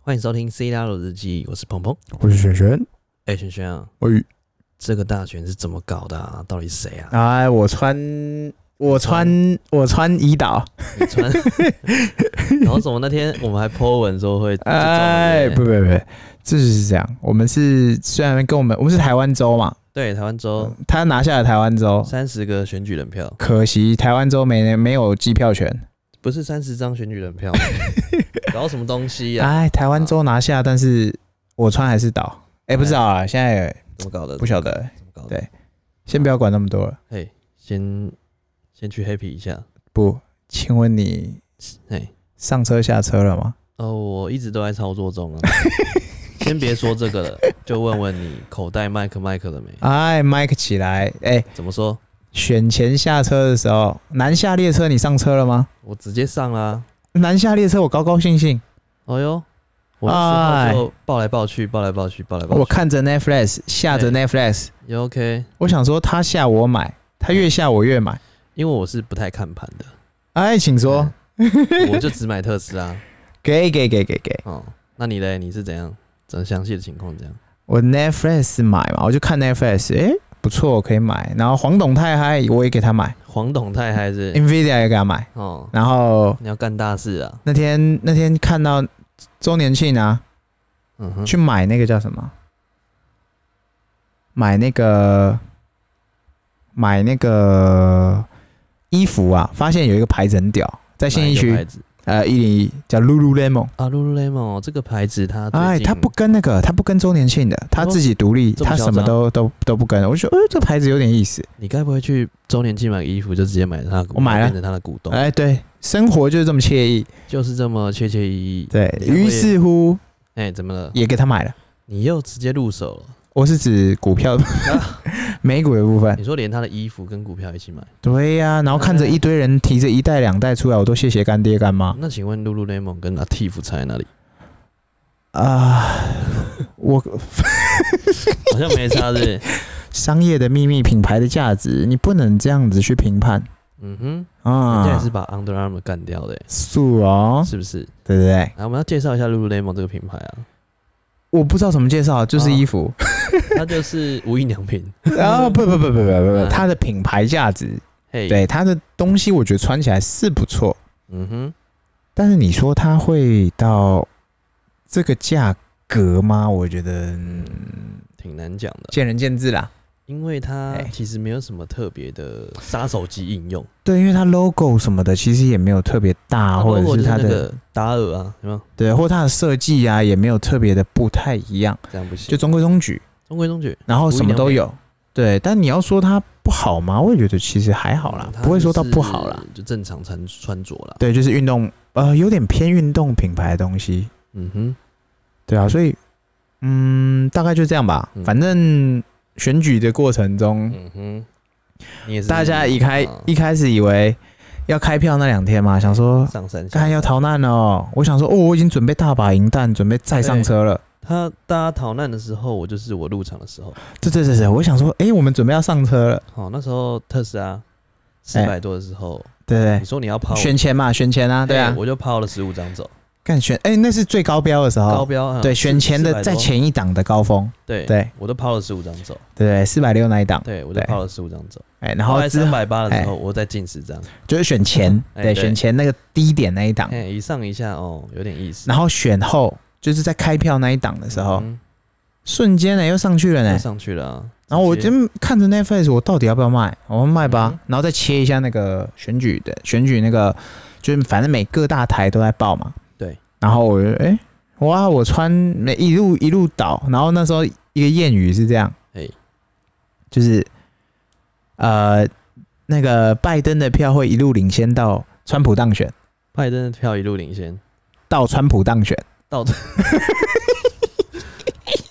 欢迎收听《C 大佬日记》，我是鹏鹏。我是璇璇，哎，轩轩啊，我与这个大选是怎么搞的啊？到底谁 啊？哎，我穿我穿我穿胰岛，你 穿，然后怎么那天我们还 po 文说会去找你哎，不不不，这就是这样。我们是虽然跟我们我们是台湾州嘛，对台湾州他拿下了台湾州，三十个选举人票，可惜台湾州没没有计票权。不是三十张选举人票， 搞什么东西啊呀、哎，台湾州拿下，但是我穿还是岛。哎，不知道啊，现在怎么搞的？不晓得，怎么搞的？对先不要管那么多了。嘿，先先去 happy 一下。不，请问你嘿，上车下车了吗？哦，我一直都在操作 中啊。先别说这个了，就问问你口袋麦克麦克了没？哎，麦克起来，哎，怎么说？选前下车的时候，南下列车你上车了吗？我直接上啦、南下列车我高高兴兴，哎呦，我那时候就抱来抱去，抱来抱去，抱来抱去。哎我看着 Netflix，下着 Netflix，也 OK，我想说他下我买，他越下我越买。因为我是不太看盘的，哎哎，请说，嗯我就只买特斯拉。给给给给给，哦，那你嘞？你是怎样？怎详细的情况怎样？我 Netflix 买嘛，我就看 Netflix，哎、不错，可以买。然后黄董太嗨，我也给他买黄董太还是？ ，Nvidia 也给他买。哦，然后你要干大事啊！那天那天看到周年庆啊，嗯哼，去买那个叫什么？买那个买那个衣服啊，发现有一个牌子很屌，在信义哪一个牌区，子呃，一零一叫 Lululemon。啊，Lululemon 这个牌子它最哎，近哦他不跟那个，他不跟周年庆的，他自己独立，这么他嚣什么张都都都不跟。我就觉得，哎、这牌子有点意思。你该不会去周年庆买个衣服就直接买它的股？我买了变成它的股东，哎，对，生活就是这么惬意。就是这么惬惬意意。对，你还会于是乎哎，怎么了？也给他买了。你又直接入手了？我是指股票的啊 美股的部分。你说连他的衣服跟股票一起买？对呀、然后看哎着一堆人提着一袋两袋出来，我都谢谢干爹干妈。那请问 Lululemon 跟 Atif 差在哪 里？啊、 我好像没差是不是商业的秘密、品牌的价值，你不能这样子去评判嗯哼，人家啊也。是把 Under Armour 干掉的欸、素哦，是不是？啊对不对？来，我们要介绍一下 Lululemon 这个品牌 啊，我不知道怎么介绍，就是衣 服。它就是无印良品。然后啊不不不不不不嗯不，它的品牌价值，嘿，，对它的东西，我觉得穿起来是不错。嗯哼，但是你说它会到这个价格吗？我觉得嗯挺难讲的，见仁见智啦。因为它哎其实没有什么特别的杀手级应用。啊对，因为它 logo 什么的，其实也没有特别大，啊或者是是它那的个达尔啊，有没有？对，或它的设计啊，也没有特别的不太一样，这样不行，就就中规中矩，中规中矩。然后什么都无印有。对，但你要说它不好吗？我也觉得其实还好啦嗯，它不会说到就是不好啦。就正常穿穿着啦。对，就是运动，呃，有点偏运动品牌的东西。嗯哼，对啊，所以，嗯，大概就这样吧。嗯反正选举的过程中，嗯哼，你也是大家一开啊一开始以为要开票那两天嘛，想说上山下看要山逃难了哦。我想说，哦，我已经准备大把银弹，准备再上车了。他大家逃难的时候，我就是我入场的时候。对对对对，我想说，诶，我们准备要上车了，好、那时候特斯拉四百多的时候，对不对你？说你要抛我，哎选钱嘛，选钱啊，对啊嘿，我就抛了十五张走，干选，哎、那是最高标的时候，高标、啊对，选前400多的在前一档的高峰，对对我都抛了十五张走，对对，四百六那一档，对我就对抛了十五张走，哎、然后哎之三后百八的时候，我再进十张，就是选前，哎对，对选前那个低点那一档，哎，一上一下哦，有点意思。然后选后就是在开票那一档的时候，嗯瞬间呢、又上去了呢、就上去了啊、然后我直接就看着 Netflix，我到底要不要卖？我卖吧，嗯然后再切一下那个选举的选举那个，就是反正每各大台都在报嘛。对。然后我就哎、哇，我穿每一路一路倒，然后那时候一个谚语是这样，哎就是呃那个拜登的票会一路领先到川普当选，拜登的票一路领先，到川普当选。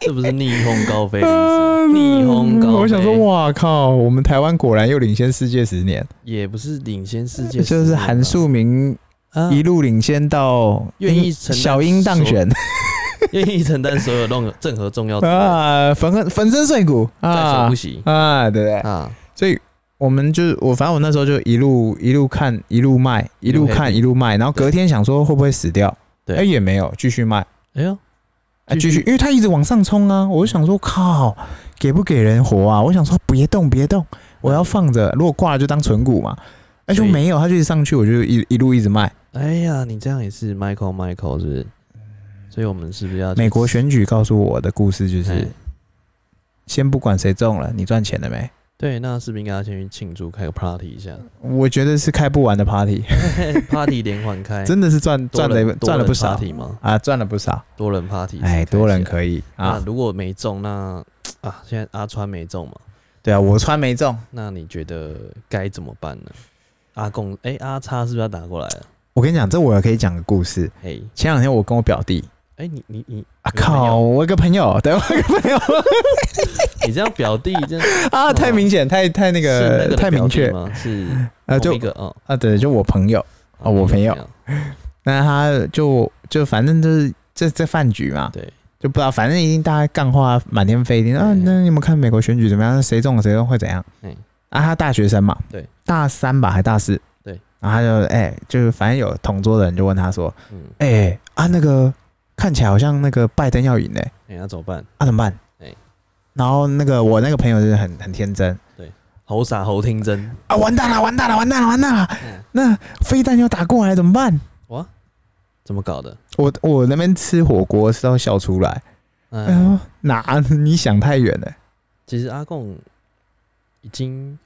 这不是逆风高飞的 意思？逆风高飞，嗯我想说，哇靠，我们台湾果然又领先世界十年，也不是领先世界十就年啊，是韩素明啊一路领先到愿意英承担小英当选愿意承担所有任何任何重要责任， 啊，粉很粉身碎骨在所啊不惜啊，对不对？啊！所以我们就我反正我那时候就一路一路看一路卖一一路路黑看底一路卖，然后隔天想说会不会死掉，对哎也没有继续卖，哎呦，啊，继继续续，因为它一直往上冲啊，我就想说靠，给不给人活啊？我想说别动别动，我要放着，如果挂了就当存股嘛。哎，就所以没有，它就一直上去，我就一一路一直卖。哎呀，你这样也是 Michael Michael 是不是？所以我们是不是要去嗯美国选举告诉我的故事就哎是，先不管谁中了，你赚钱了没？对，那是不是应该要先去庆祝，开个 party 一 下我觉得是开不完的 party， ？party 连环开，真的是赚多赚人哎了赚了不少多人 party 吗？啊，赚了不少。多人 party，哎，多人以可以啊。啊那，如果没中，那啊，现在阿川没中嘛，对啊，我穿没中。那你觉得该怎么办呢？阿贡，哎、阿叉是不是要打过来了？我跟你讲，这我也可以讲个故事。哎、前两天我跟我表弟哎、你你你啊有朋友靠，我有个朋友，对，我有个朋友 你这样表弟真的啊，太明显，太太 那是那个个太的表明弟确吗？是啊，同就一个哦啊，对，就我朋友，啊我你朋有友那他就就反正就是这这饭局嘛，对，就不知道，反正一定大家干话满天飞，一定啊，嗯那你们看美国选举怎么样？谁中了谁中会怎样？嗯啊，他大学生嘛，对，大三吧还大四，对，然后他就哎、就是反正有同桌的人就问他说，嗯，哎、啊那个看起来好像那个拜登要赢嘞、哎、那怎么办？啊怎么办？哎然后那个我那个朋友就是很很天真猴傻猴听真，啊，完蛋了，完蛋了，完蛋了，完蛋了，嗯那飞弹要打过来怎么办？哇，怎么搞的？我我那边吃火锅吃到笑出来，哎嗯，呦，哪你想太远了。其实阿贡已经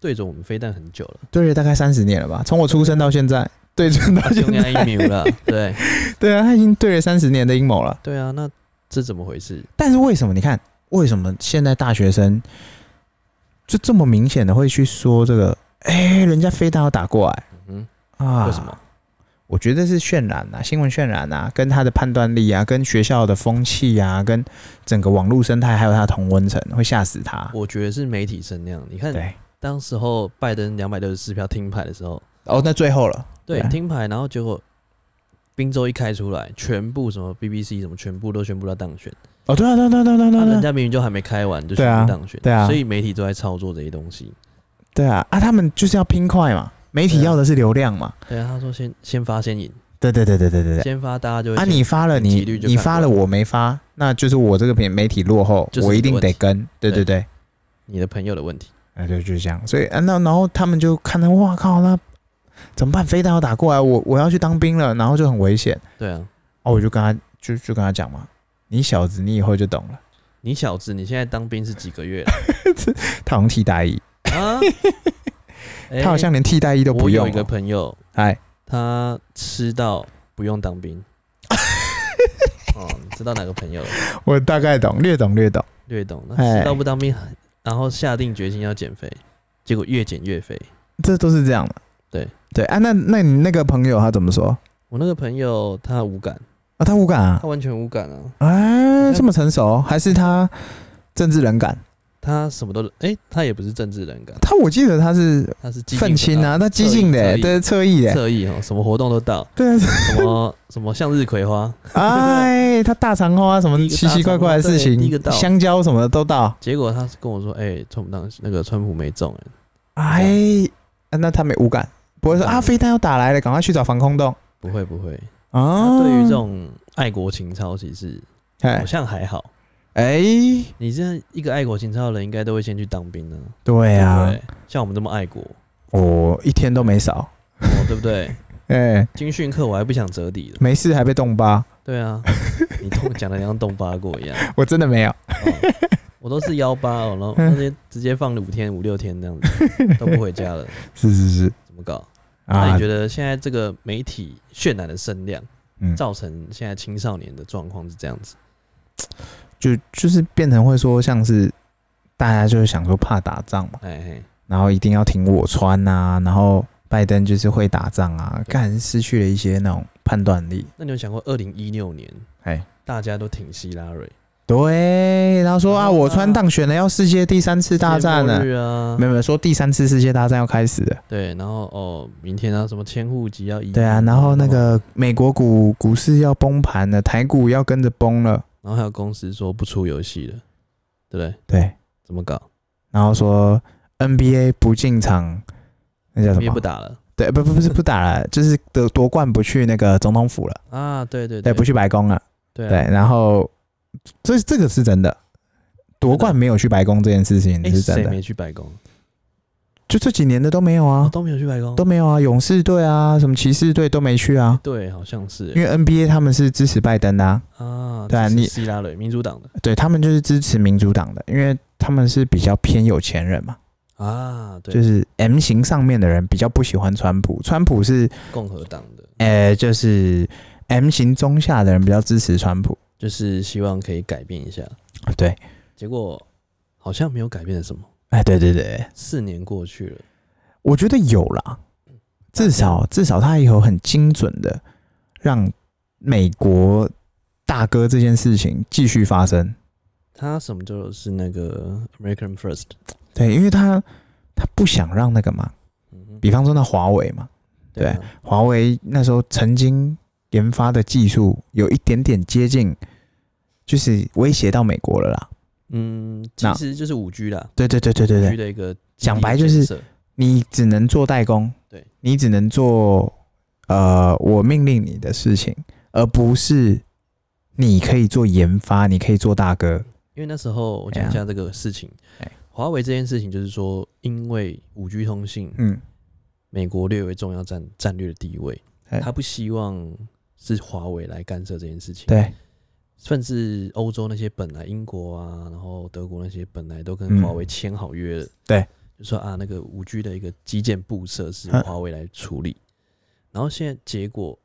对着我们飞弹很久了，对了，大概三十年了吧，从我出生到现在，对准到他现用在，疫苗了，对对啊，他已经对了三十年的阴谋了。对啊，那这怎么回事？但是为什么？你看，为什么现在大学生就这么明显的会去说这个？哎、人家飞弹要打过来嗯啊？哼，为什么？？我觉得是渲染啊，新闻渲染啊，跟他的判断力啊，跟学校的风气啊，跟整个网络生态，还有他的同温层，会吓死他。我觉得是媒体声量。你看，对，当时候拜登两百六十四票听牌的时候，哦，那最后了，对对，啊听牌，然后结果宾州一开出来，全部什么 BBC 什么，全部都宣布要当选。哦，对啊，对啊，对啊，对啊对啊，对那啊，人家明明就还没开完就对宣啊布当选，对啊所以媒体都在操作这些东西。对啊，啊，他们就是要拼快嘛，媒体对啊要的是流量嘛，对啊，他说先先发先赢，对对对对对对对。先发大家就会啊，先你发了点你击率就你看发过了我没发，那就是我这个媒媒体落后，就是我你一的定问得题跟，对对对对，你的朋友的问题。哎对，就是这样。所以啊，那然后他们就看到，哇靠，那怎么办？飞弹要打过来，我我要去当兵了，然后就很危险。对啊，哦，我就跟他就就跟他讲嘛，你小子，你以后就懂了。你小子，你现在当兵是几个月 了他好像替代役，啊？ 他好像连替代役都都不我有用一个哦。朋友，哎，他吃到不用当 兵。哦，你知道哪个朋友了？我大概懂，略懂略懂。略懂。那哎吃到不当兵，然后下定决心要减肥，结果越减越肥。这都是这样的。对对啊，那那你那个朋友他怎么说？我那个朋友他无感，啊，他无感啊他？完全无感啊，啊，这么成熟，还是他政治冷感？他什么都哎、他也不是政治人感，他我记得他是他是激进愤青的啊，他激进的欸，侧对，侧翼的欸，侧翼哦，什么活动都到，对 啊，什么什么向日葵花，哎，他大肠花什么第一个奇奇怪怪的事大肠花对第一个情到，香蕉什么的都到，结果他是跟我说，哎、川普当那个川普没中、哎，哎，啊那他没无感，不会说无感啊飞弹要打来了，赶快去找防空洞不会不会，啊。他对于这，种爱国情操其实好哎像还好，哎，你这样一个爱国情操的人，应该都会先去当兵呢、对啊对，不对？像我们这么爱国，我一天都没少，哦， 对不对？哎，军训课我还不想折抵了，没事还被冻疤，对啊，你动讲的像动八过一样。我真的没有，哦我都是幺八哦，然后嗯那些直接放了五天、五六天这样子，都不回家了，是是是怎么搞？那 啊你，觉得现在这个媒体渲染的声量，嗯造成现在青少年的状况是这样子？就就是变成会说像是大家就是想说怕打仗嘛。哎嘿，然后一定要挺我穿啊，然后拜登就是会打仗啊，对干失去了一些那种判断力。那你有想过二零一六年，哎，大家都挺希拉蕊对，然后说然啊，后呢我川当选了，要世界第三次大战世了界末，日啊没，有没有说第三次世界大战要开始了。对，然后哦，明天啊，什么迁户籍要移，对啊，然后那，个美国股股市要崩盘了，台股要跟着崩了，然后还有公司说不出游戏了，对不对？对，怎么搞？然后说 NBA 不进场，那叫什也不么？打了对，不不不是不打了，就是夺夺冠不去那个总统府了，啊？对对对，不去白宫了，对对啊，，然后这这个是真的，夺冠没有去白宫这件事情诶是真谁的，没去白宫？就这几年的都没有哦啊，都没有去白宫都。没有啊，勇士队啊，什么骑士队都没去啊，对，好像是因为 NBA 他们是支持拜登的、啊，啊，对啊这是你希拉蕊民主党的对他们就是支持民主党的，因为他们是比较偏有钱人嘛，啊，对，就是 M 型上面的人比较不喜欢川普，川普是共和党的，呃就是 M 型中下的人比较支持川普，就是希望可以改变一下，对，结果好像没有改变了什么。哎对对对，四年过去了，我觉得有啦，至少至少他有很精准的让美国大哥这件事情继续发生。他什么就是那个 American First，对，因为他他不想让那个嘛，嗯哼，比方说那华为嘛，啊华为那时候曾经研发的技术有一点点接近，就是威胁到美国了啦。嗯，其那实就是五 G 啦，对对对对对五 G 对，的一个基地讲白就是建设你只能做代工，对你只能做呃我命令你的事情，而不是你可以做研发，你可以做大哥。因为那时候我讲一下这个事情哎，华为这件事情就是说，因为五 G 通信，嗯，美国略为重要战战略的地位，哎他不希望是华为来干涉这件事情，，对甚至欧洲那些本来英国啊，然后德国那些本来都跟嗯华为签好约了，对，就说啊那个五 G 的一个基建布设是嗯华为来处理，然后现在结果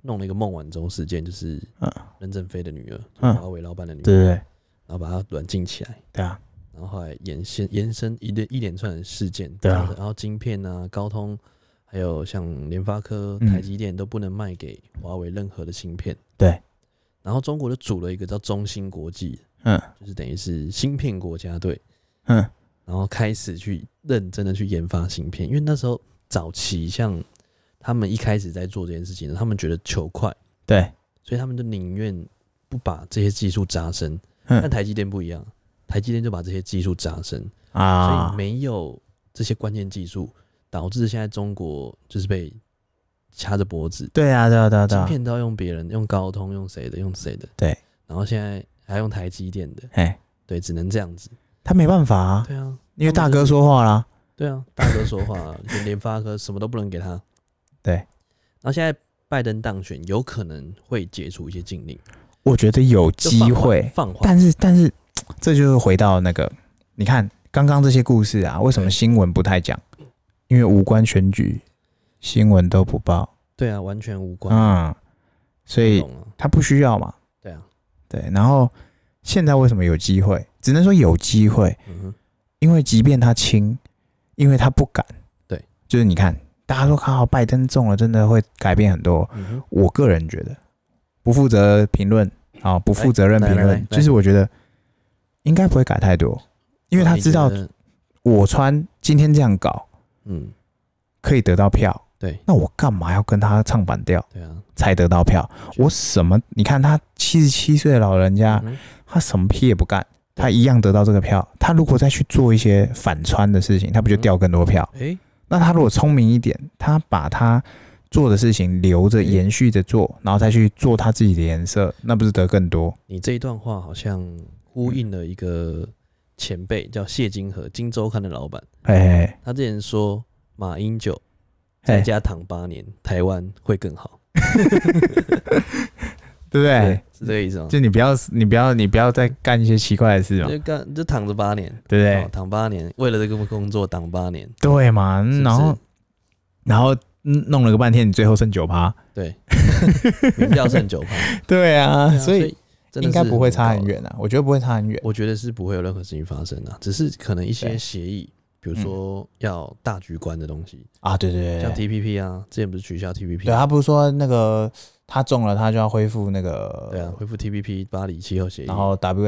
弄了一个孟晚舟事件，就是嗯任正非的女儿，就嗯华为老板的女儿，对对然后把她软禁起来。对啊，然后后来延伸延伸一连一连串的事件，对啊造成然后晶片啊、高通，还有像联发科、嗯台积电都不能卖给华为任何的芯片。对，然后中国就组了一个叫中芯国际，嗯就是等于是芯片国家队，嗯然后开始去认真的去研发芯片，因为那时候早期像他们一开始在做这件事情，他们觉得求快，对，所以他们就宁愿不把这些技术扎深。嗯但台积电不一样，台积电就把这些技术扎深。所啊以，没有这些关键技术，导致现在中国就是被掐着脖子，对啊对啊对啊对芯啊，片都要用别人，用高通，用谁的，用谁的，对，然后现在还用台积电的，哎，对，只能这样子，他没办法啊，对啊，因为大哥说话啦。对啊，大哥说话，连联发科什么都不能给他，对然后现在拜登当选，有可能会解除一些禁令，我觉得有就机放缓会，放缓，但是但是这就是回到那个，你看刚刚这些故事啊，为什么新闻不太讲？因为无关选举，新闻都不报。对啊，完全无关，嗯，所不以懂啊，他不需要嘛。对啊，对，然后现在为什么有机会？只能说有机会，嗯哼，因为即便他轻，因为他不敢。对，就是你看，大家说靠拜登中了，真的会改变很多。嗯哼，我个人觉得，不负责评论啊，不负责任评来来来论，就是我觉得应该不会改太多，因为他知道你觉得，我穿今天这样搞嗯，可以得到票，对，那我干嘛要跟他唱反调对啊，才得到票？我什么？你看他七十七岁的老人家，嗯哼他什么屁也不干，他一样得到这个票。他如果再去做一些反穿的嗯事情，他不就掉更多票？诶，那他如果聪明一点，他把他做的事情留着，嗯延续着做，然后再去做他自己的颜色，那不是得更多？你这一段话好像呼应了一个前辈，叫谢金河，《金周刊》的老板。哎，他之前说，马英九在哎，家躺八年，台湾会更好。对不对？，对是这个意思吗？就你不要，你不要，你不要再干一些奇怪的事嘛，就干就躺着八年，对不哦对？躺八年，为了这个工作躺八年，对嘛？是不是嗯然后，然后嗯弄了个半天，你最后剩九趴，对， 民调剩九趴，对啊，对啊 所以真的应该是不会高差很了。远啊，我觉得不会差很远。我觉得是不会有任何事情发生的、只是可能一些对协议，比如嗯说要大局观的东西，啊，对对对像对对， TPP 啊，之前不是取消 TPP，对他啊不是说那个他中了，他就要恢复那个，对啊，恢复 TPP 巴黎气候协议，然后 WHO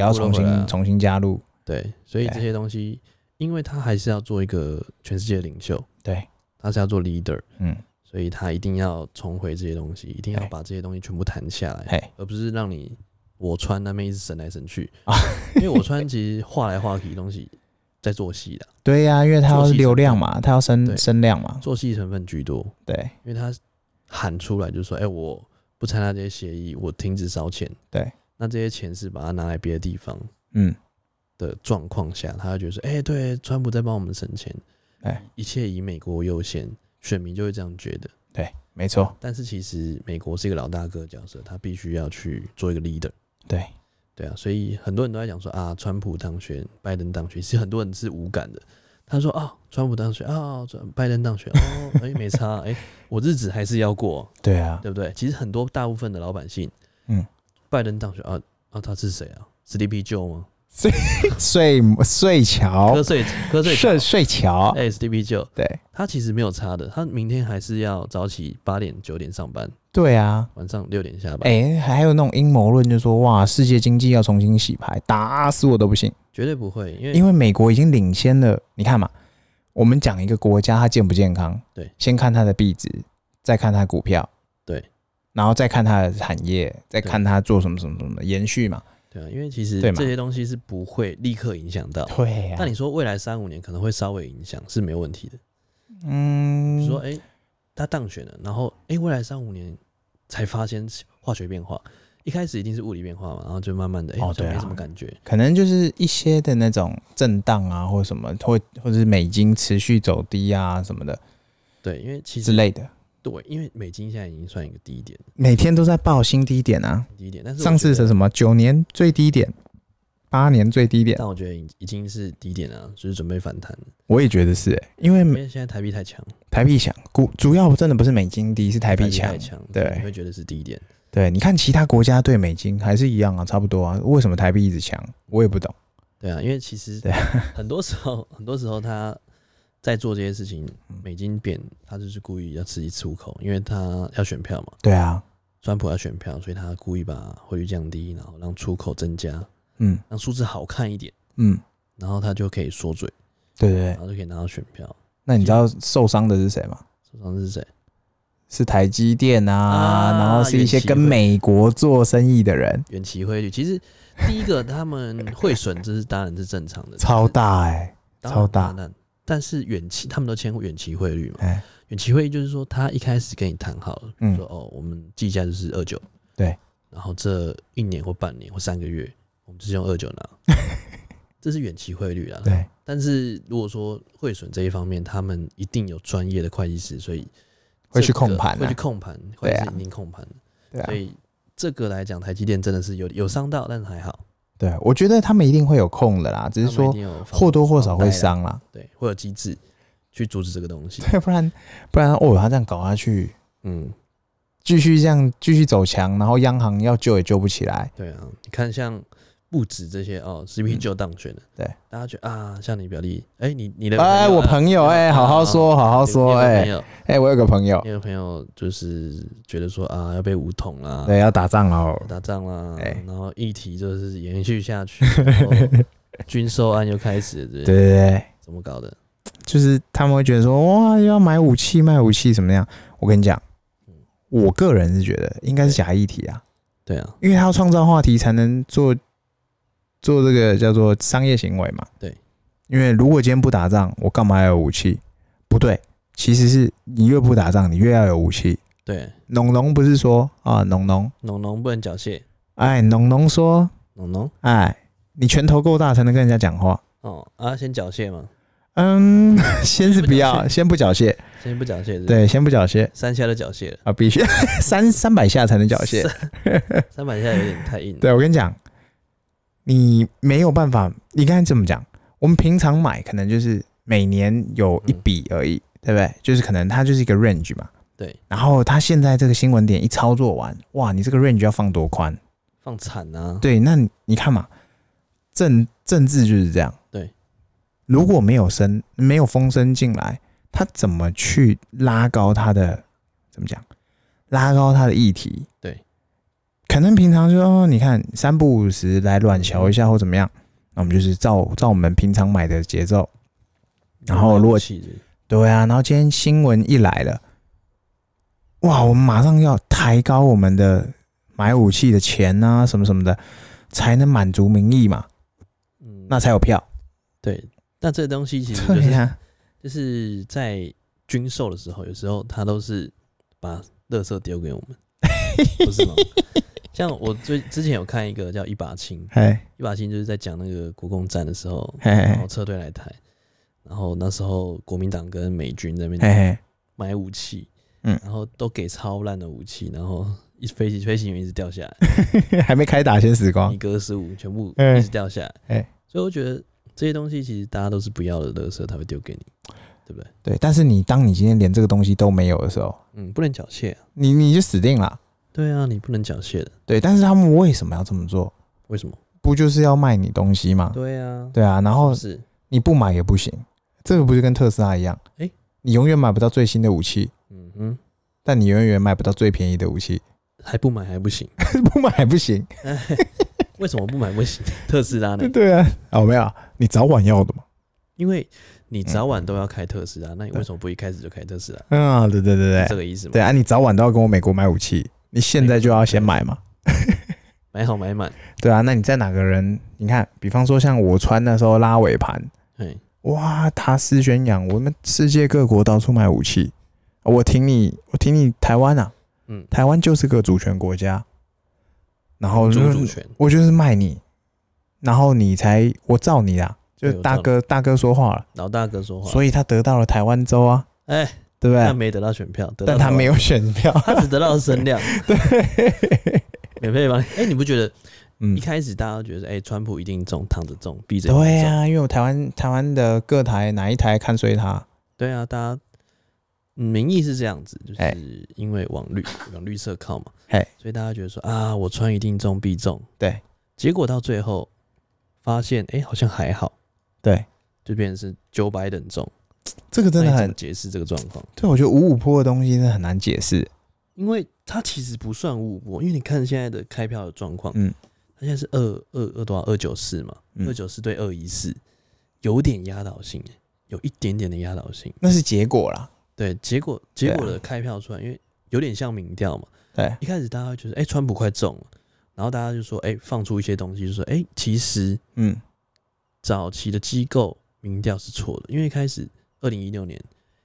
全要部都重回来啊新重新加入，对，所以对这些东西，因为他还是要做一个全世界的领袖，对，他是要做 leader，嗯，所以他一定要重回这些东西，一定要对把这些东西全部谈下来，嘿，而不是让你我穿那边一直省来省去 啊因为我穿其实画来画去的东西在做戏的，对呀、因为他要作息流量嘛，他要对声声量嘛，做戏成分居多，对因为他喊出来就说，哎、我不参加这些协议，我停止烧钱。对，那这些钱是把它拿来别的地方嗯，的状况下，他会觉得说，哎、对，川普在帮我们省钱，哎，一切以美国优先，选民就会这样觉得。没错，但是其实美国是一个老大哥的角色，他必须要去做一个 leader。对，对啊，所以很多人都在讲说啊，川普当选，拜登当选，其实很多人是无感的。他说啊，川普当选啊，川拜登当选哦，哎、没差，哎、我日子还是要过，对啊，对不对？其实很多大部分的老百姓，嗯，拜登当选啊啊，他是谁啊？Sleepy Joe 吗？睡睡桥瞌，睡瞌睡睡乔，睡桥，哎、s l e e p y Joe，对他其实没有差的，他明天还是要早起八点九点上班，对啊，晚上六点下班，哎、还有那种阴谋论，就说哇，世界经济要重新洗牌，打死我都不信，绝对不会，因为因为美国已经领先了。你看嘛，我们讲一个国家它健不健康，对，先看它的币值，再看它股票，对，然后再看它的产业，再看它做什么什么什么的延续嘛。对啊，因为其实对嘛这些东西是不会立刻影响到。对啊呀、但你说未来三五年可能会稍微影响是没有问题的。比嗯如说，哎、他当选了，然后哎、诶未来三五年才发现化学变化，一开始一定是物理变化嘛，然后就慢慢的，哎、哦好像对啊没什么感觉。可能就是一些的那种震荡啊，或者什么，或或者是美金持续走低啊什么的对，因为其之实类的，对，因为美金现在已经算一个低点，每天都在报新低点啊。低点，但是我上次觉是得什么？九年最低点，八年最低点，但我觉得已已经是低点了，就是准备反弹了，我也觉得是、欸因因为为现在台币太强，台币强，股主要真的不是美金低，是台币强太。强，对所以你会觉得是低点。对，你看其他国家对美金还是一样啊，差不多啊。为什么台币一直强？我也不懂。对啊，因为其实对 很多时候，很多时候他在做这些事情，嗯美金贬，他就是故意要刺激出口，因为他要选票嘛，对啊，川普要选票，所以他故意把汇率降低，然后让出口增加，嗯让数字好看一点，嗯，然后他就可以说嘴，对对然对。后就可以拿到选票。那你知道受伤的是谁吗？手上是谁？是台积电啊，啊然后是一些跟美国做生意的人，远期汇率。其实第一个他们汇损，这是当然是正常的，超大哎、当然超大当然但是远期他们都签过远期汇率嘛，哎、远期会议就是说，他一开始跟你谈好了，嗯说哦，我们计价就是二九，对，然后这一年或半年或三个月，我们就是用二九 拿，这是远期汇率啦。对，但是如果说汇损这一方面，他们一定有专业的会计师，所以会这去个控盘啊会去控盘，会对计啊师一定控盘的。对啊所，以这个来讲，台积电真的是有有伤到，但是还好，对，啊我觉得他们一定会有空的啦，只是他们一说定有防或多或少防备会啦，伤啦，对，会有机制去阻止这个东西。对，不然不然哦，他这样搞下去，嗯，继续这样继续走强，然后央行要救也救不起来，对啊，你看像不止这些哦，CP 九当选了，嗯对，大家觉得啊，像你表弟，哎、你你的哎，我朋友啊哎、好好说，好好好说哎、有哎、我有个朋友朋友，，你有朋友就是觉得说啊，要被武统啦，对，要打仗哦，打仗啦，哎然后议题就是延续下 去，然后军售案又开始了，对不对对，对对，怎么搞的？就是他们会觉得说哇，要买武器卖武器怎么样？我跟你讲，我个人是觉得应该是假议题啊，对啊，因为他要创造话题才能做做这个叫做商业行为嘛，对，因为如果今天不打仗，我干嘛要有武器？不对，其实是你越不打仗，你越要有武器。对，农农不是说啊，农农，农农不能缴械，哎，农农说，农农哎，你拳头够大才能跟人家讲话。哦啊，先缴械嘛， 嗯，先是不要，先不缴械先不缴先不缴械械，是不是，，对，先不缴械三下都缴械了，啊，必须 三三百下才能缴械。三三百下有点太硬了，对我跟你讲，你没有办法，你刚才这么讲，我们平常买可能就是每年有一笔而已，对不对？就是可能它就是一个 range 嘛。对，然后它现在这个新闻点一操作完，哇，你这个 range 要放多宽？放惨啊，对，那你你看嘛，政政治就是这样。对，如果没有声，没有风声进来，他怎么去拉高他的怎么讲？拉高他的议题？对，可能平常就哦，你看三不五十来软桥一下或怎么样，那我们就是照照我们平常买的节奏。然后如果有气质对啊，然后今天新闻一来了，哇，我们马上要抬高我们的买武器的钱啊，什么什么的，才能满足民意嘛，嗯那才有票。对，但这个东西其实就对是、呀、就是在军售的时候，有时候他都是把垃圾丢给我们， 不是吗？像我最之前有看一个叫一把青，哎一把青就是在讲那个国共战的时候，嘿然后嘿撤退来台，然后那时候国民党跟美军在那边嘿嘿，买武器，哎嗯然后都给超烂的武器，然后一飞机飞行员一直掉下来， 还没开打先死光米，格十五全部哎一直掉下来，哎所以我觉得这些东西其实大家都是不要的垃圾，他会丢给你，对不对？对。但是你当你今天连这个东西都没有的时候，嗯，不能缴械、啊，你你就死定了。对啊，你不能缴械的，对，但是他们为什么要这么做？为什么？不就是要卖你东西吗？对啊，对啊，然后是，你不买也不行，这个不就跟特斯拉一样？哎你永远买不到最新的武器，嗯哼，但你永远买不到最便宜的武 器，还不买还不行， 不买也不行。为什么不买不行？特斯拉呢？对啊，哦没有啊，你早晚要的嘛。因为你早晚都要开特斯拉，那你为什么不一开始就开特斯拉？嗯啊，对对对是这对，个意思吗？对啊，你早晚都要跟我美国买武器，你现在就要先买嘛。买好买满，对啊，那你在哪个人？你看，比方说像我穿那时候拉尾盘，哎，哇，他斯宣扬我们世界各国到处买武器，哦我挺你，我挺你台湾啊，嗯，台湾就是个主权国家，然后就主是主权，我就是卖你，然后你才我造你啦，就对是我大造哥大哥说话了，老大哥说话，所以他得到了台湾州啊，哎、对不他对？没得到选票，得到但他没有，有 选票，他只得到声 量，对，免费帮你。哎、你不觉得嗯一，开始大家都觉得，哎、川普一定中，躺着中，闭着眼对中啊，因为我台湾台湾的各台哪一台看衰他，对啊，大家嗯民意是这样子，就哎是因为往 绿往绿色靠嘛，嘿所以大家觉得说啊，我穿一定中必中，对，结果到最后发现，哎、好像还好，对，就变成是九百等中，这个真那的你怎么很，解释这个状况？对我觉得五五坡的东西真的很难解释，因为它其实不算五五波，因为你看现在的开票的状况，嗯，它现在是二二二多少二九四嘛，嗯二九四对二一四，有点压倒性、欸，有一点点的压倒性。那是结果啦，对，结果对啊结果的开票出来，因为有点像民调嘛，对，一开始大家会觉得，哎、川普快中了，然后大家就说，哎、放出一些东西，就说，哎、其实嗯，早期的机构民调是错的，因为一开始二零一六年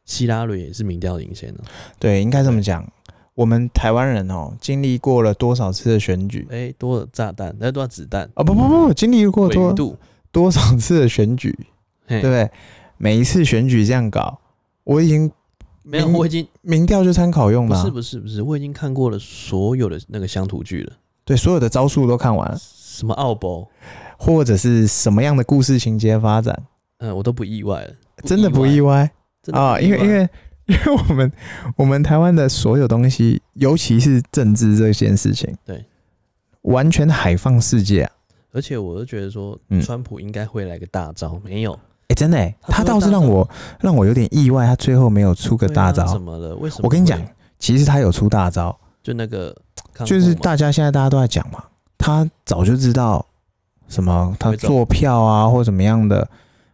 希拉蕊也是民调领先的、对，应该这么讲，我们台湾人哦，经历过了多少次的选举？哎、多了炸弹，那多了子弹，啊、不不不，经历过纬多度，多少次的选举，嘿对不，对？每一次选举这样搞，我已经没有，民我已经民调就参考用不了啊、是不是不是，我已经看过了所有的那个乡土剧了，对，所有的招数都看完了，什么奥博，或者是什么样的故事情节发展，嗯，我都不意外了，真的不意外真的啊、不意因为因为 因为我们我们台湾的所有东西，尤其是政治这件事情，对，完全海放世界啊！而且我就觉得说嗯，川普应该会来个大招，没有哎、真的、欸，他他不会倒是大让招我让我有点意外，他最后没有出个对啊大招。什么的，为什么？我跟你讲，，其实他有出大招，就那个康复嘛就是大家现在大家都在讲嘛，他早就知道什么他会中做票啊或怎么样的，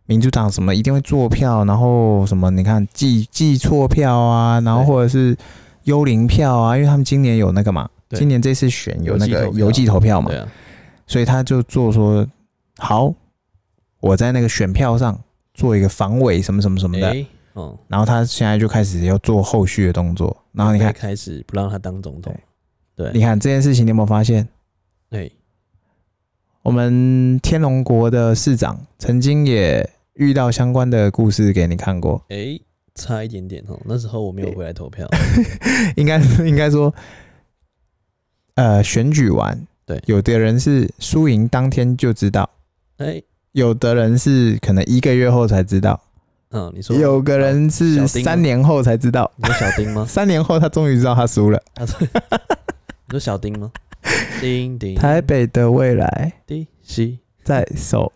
民主党什么一定会做票，然后什么你看记记错票啊，然后对或者是幽灵票啊，因为他们今年有那个嘛，对今年这次选有那个邮寄投票邮寄投票嘛对，啊，所以他就做说好，我在那个选票上做一个防伪什么什么什么的，哎，嗯，然后他现在就开始要做后续的动作，然后你准备看开始不让他当总统，对，你看这件事情，你有没有发现？哎，我们天龙国的市长曾经也遇到相关的故事给你看过， 哎，差一点点哦，那时候我没有回来投票，应该应该说，呃，选举完，对有的人是输赢当天就知道，哎，有的人是可能一个月后才知道，嗯，你说有个人是小丁吗三年后才知道，你说小丁吗？三年后他终于知道他输了。他说你说小 丁吗？丁丁台北的未来丁 西，在手。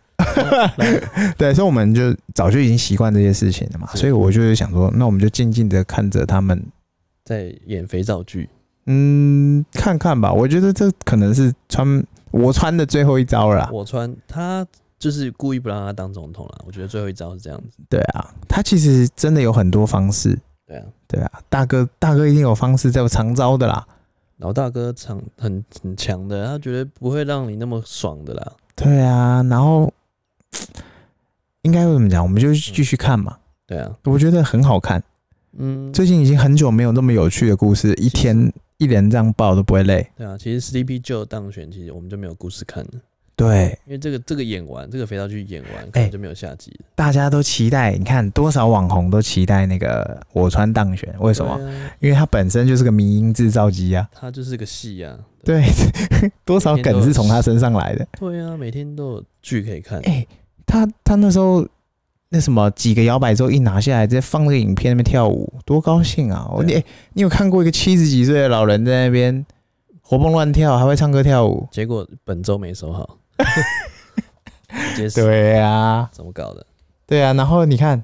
来对，所以我们就早就已经习惯这些事情了嘛，是所以我就是想说，那我们就静静的看着他们在演肥皂剧，嗯，看看吧，我觉得这可能是穿我穿的最后一招了啦。我穿他就是故意不让他当总统了。我觉得最后一招是这样子，对啊，他其实真的有很多方式，对啊，对啊，大哥大哥一定有方式在藏招的啦。老大哥强很很强的，他绝对不会让你那么爽的啦。对啊，然后应该会怎么讲？我们就继续看嘛，对啊，我觉得很好看。嗯，最近已经很久没有那么有趣的故事，一天一连这样爆都不会累。对啊，其实 Sleepy Joe 当选，其实我们就没有故事看了，对，因为这个这个演完，这个肥皂剧演哎完，可能就没有下集了。大家都期待，你看多少网红都期待那个我川当选，为什么？对啊？因为它本身就是个迷音制造机啊。他就是个戏啊。对， 多少梗是从他身上来的。对啊，每天都有剧可以看。哎、他他那时候那什么几个摇摆州一拿下来，直接放那个影片那边跳舞，多高兴啊！我、对你、啊哎你有看过一个七十几岁的老人在那边活蹦乱跳，还会唱歌跳舞？结果本周没收 好，结束对啊，怎么搞的？对啊。然后你看，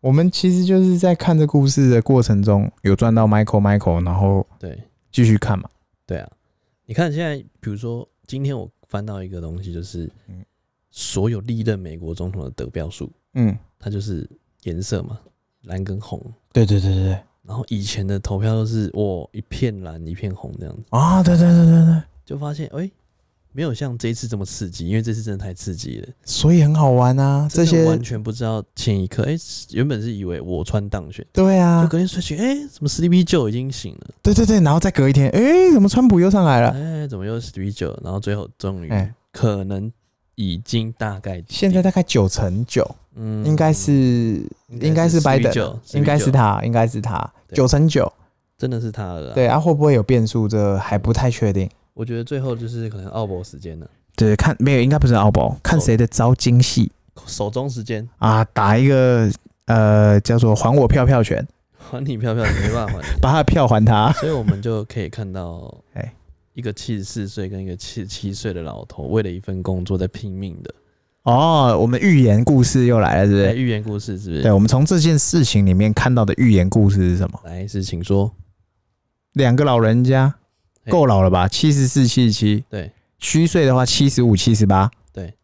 我们其实就是在看这故事的过程中有赚到 Michael Michael，然后对继续看嘛。对啊，你看现在，比如说今天我翻到一个东西，就是嗯所有历任美国总统的得票数，嗯，它就是颜色嘛，蓝跟红。对对对对对然后以前的投票都是我一片蓝一片红这样子，啊，对对对对对，就发现哎、诶没有像这一次这么刺激，因为这次真的太刺激了。所以很好玩啊，嗯这真的些完全不知道前一刻，哎、原本是以为我川当选，对啊就，隔天睡醒，哎、怎么 Sleepy Joe 已经醒了？对对对，然后再隔一天，哎、怎么川普又上来了？哎、怎么又 Sleepy Joe？然后最后终于、啊哎、可能已经大概现在大概九成九，嗯应该是应该是拜登 Sleepy Joe，，应该是 Sleepy Joe，他，应该是他对九成九。真的是他了。，对啊，会不会有变数？这还不太确定。我觉得最后就是可能奥博时 间了，对，看没有，应该不是奥哦博，看谁的招精细手中时间啊，打一个呃叫做还我票票权，还你票票没办法还 你，把他的票还他。所以我们就可以看到，哎一个七十四岁跟一个七十七岁的老头，为了一份工作在拼命的。哦，我们寓言故事又来了，是不来是？寓言故事是不是？对，我们从这件事情里面看到的寓言故事是什么？来是请说。两个老人家嘿够老了吧？七十四、七十七，对，虚岁的话七十五、七十八。对，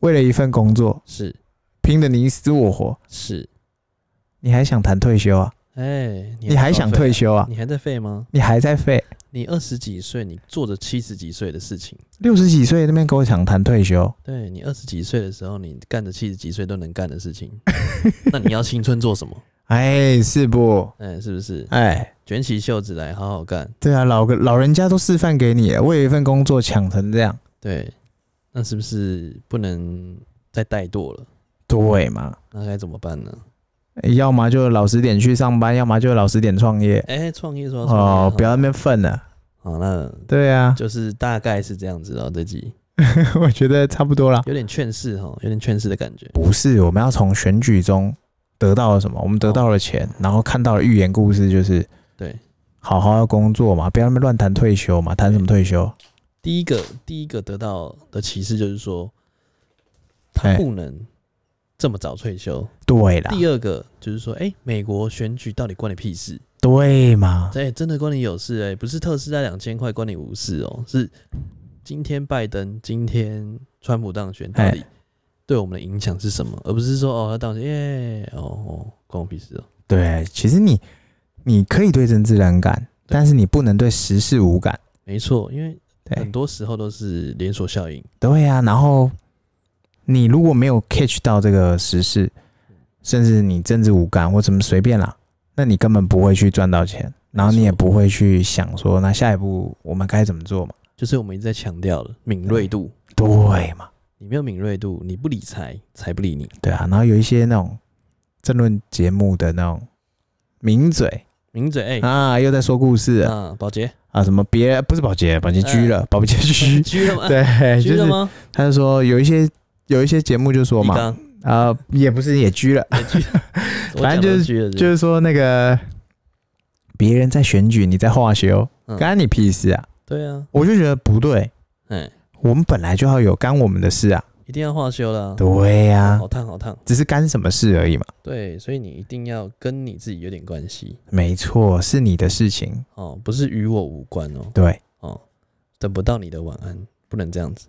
为了一份工作，是拼得你死我活，是，你还想谈退休啊？哎、你还想退休？休啊？你还在废吗？你还在废？你二十几岁，你做着七十几岁的事情，六十几岁那边跟我想谈退休，对你二十几岁的时候，你干着七十几岁都能干的事情， 那你要青春做什么？哎，是不？哎、是不是？哎，卷起袖子来，好好干。对啊，老个老人家都示范给你了，为了一份工作抢成这样，对，那是不是不能再怠惰了？对嘛？那该怎么办呢？要么就老实点去上班，要么就老实点创业。哎、创业说到创业哦，哈不要那边愤了。好，那对啊， 就是大概是这样子哦。这集我觉得差不多了。有点劝世哈，有点劝世的感觉。不是，我们要从选举中得到了什么？我们得到了钱，然后看到了寓言故事，就是哦对，好好要工作嘛，不要那么乱谈退休嘛，谈什么退休？第一个第一个得到的启示就是说，他哎不能这么早退休。对啦，第二个就是说，哎、美国选举到底关你屁事？对嘛？哎、真的关你有事哎、不是特斯拉两千块关你无事哦、是今天拜登，今天川普当选哎到底对我们的影响是什么？而不是说哦，他当选耶，哦哦，关我屁事哦、对，其实你你可以对政治冷感，对但是你不能对时事无感。没错，因为很对多时候都是连锁效应。对呀、然后你如果没有 catch 到这个时事，甚至你政治无感或怎么随便啦，那你根本不会去赚到钱，然后你也没错不会去想说那下一步我们该怎么做嘛？就是我们一直在强调的敏锐度，对嘛？你没有敏锐度，你不理财，财不理你。对啊，然后有一些那种政论节目的那种名嘴名嘴，哎、啊，又在说故事了啊，保洁，啊，什么别不是保洁，保洁居了，保洁居。哎 居了吗？对，居就了是吗？他就说有一些有一些节目就说一嘛，缸啊、也不是也居了，哎 也居了，我反讲正就是都居了，就就是说那个别人在选举，你在化修，嗯干你屁事啊！对啊，我就觉得不对，哎、我们本来就要有干我们的事啊，一定要化修啦，对啊呀、好烫好烫，只是干什么事而已嘛，对，所以你一定要跟你自己有点关系没错，是你的事情，哦，不是与我无关哦，对，哦，等不到你的晚安，不能这样 子，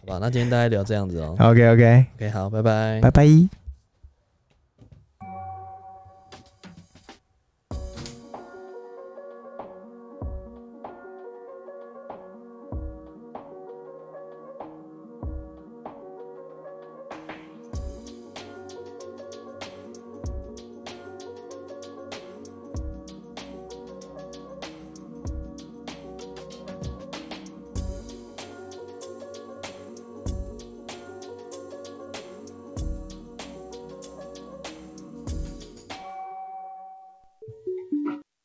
好吧？那今天大家聊这样子哦 OK OK， ，OK，好，拜拜拜拜。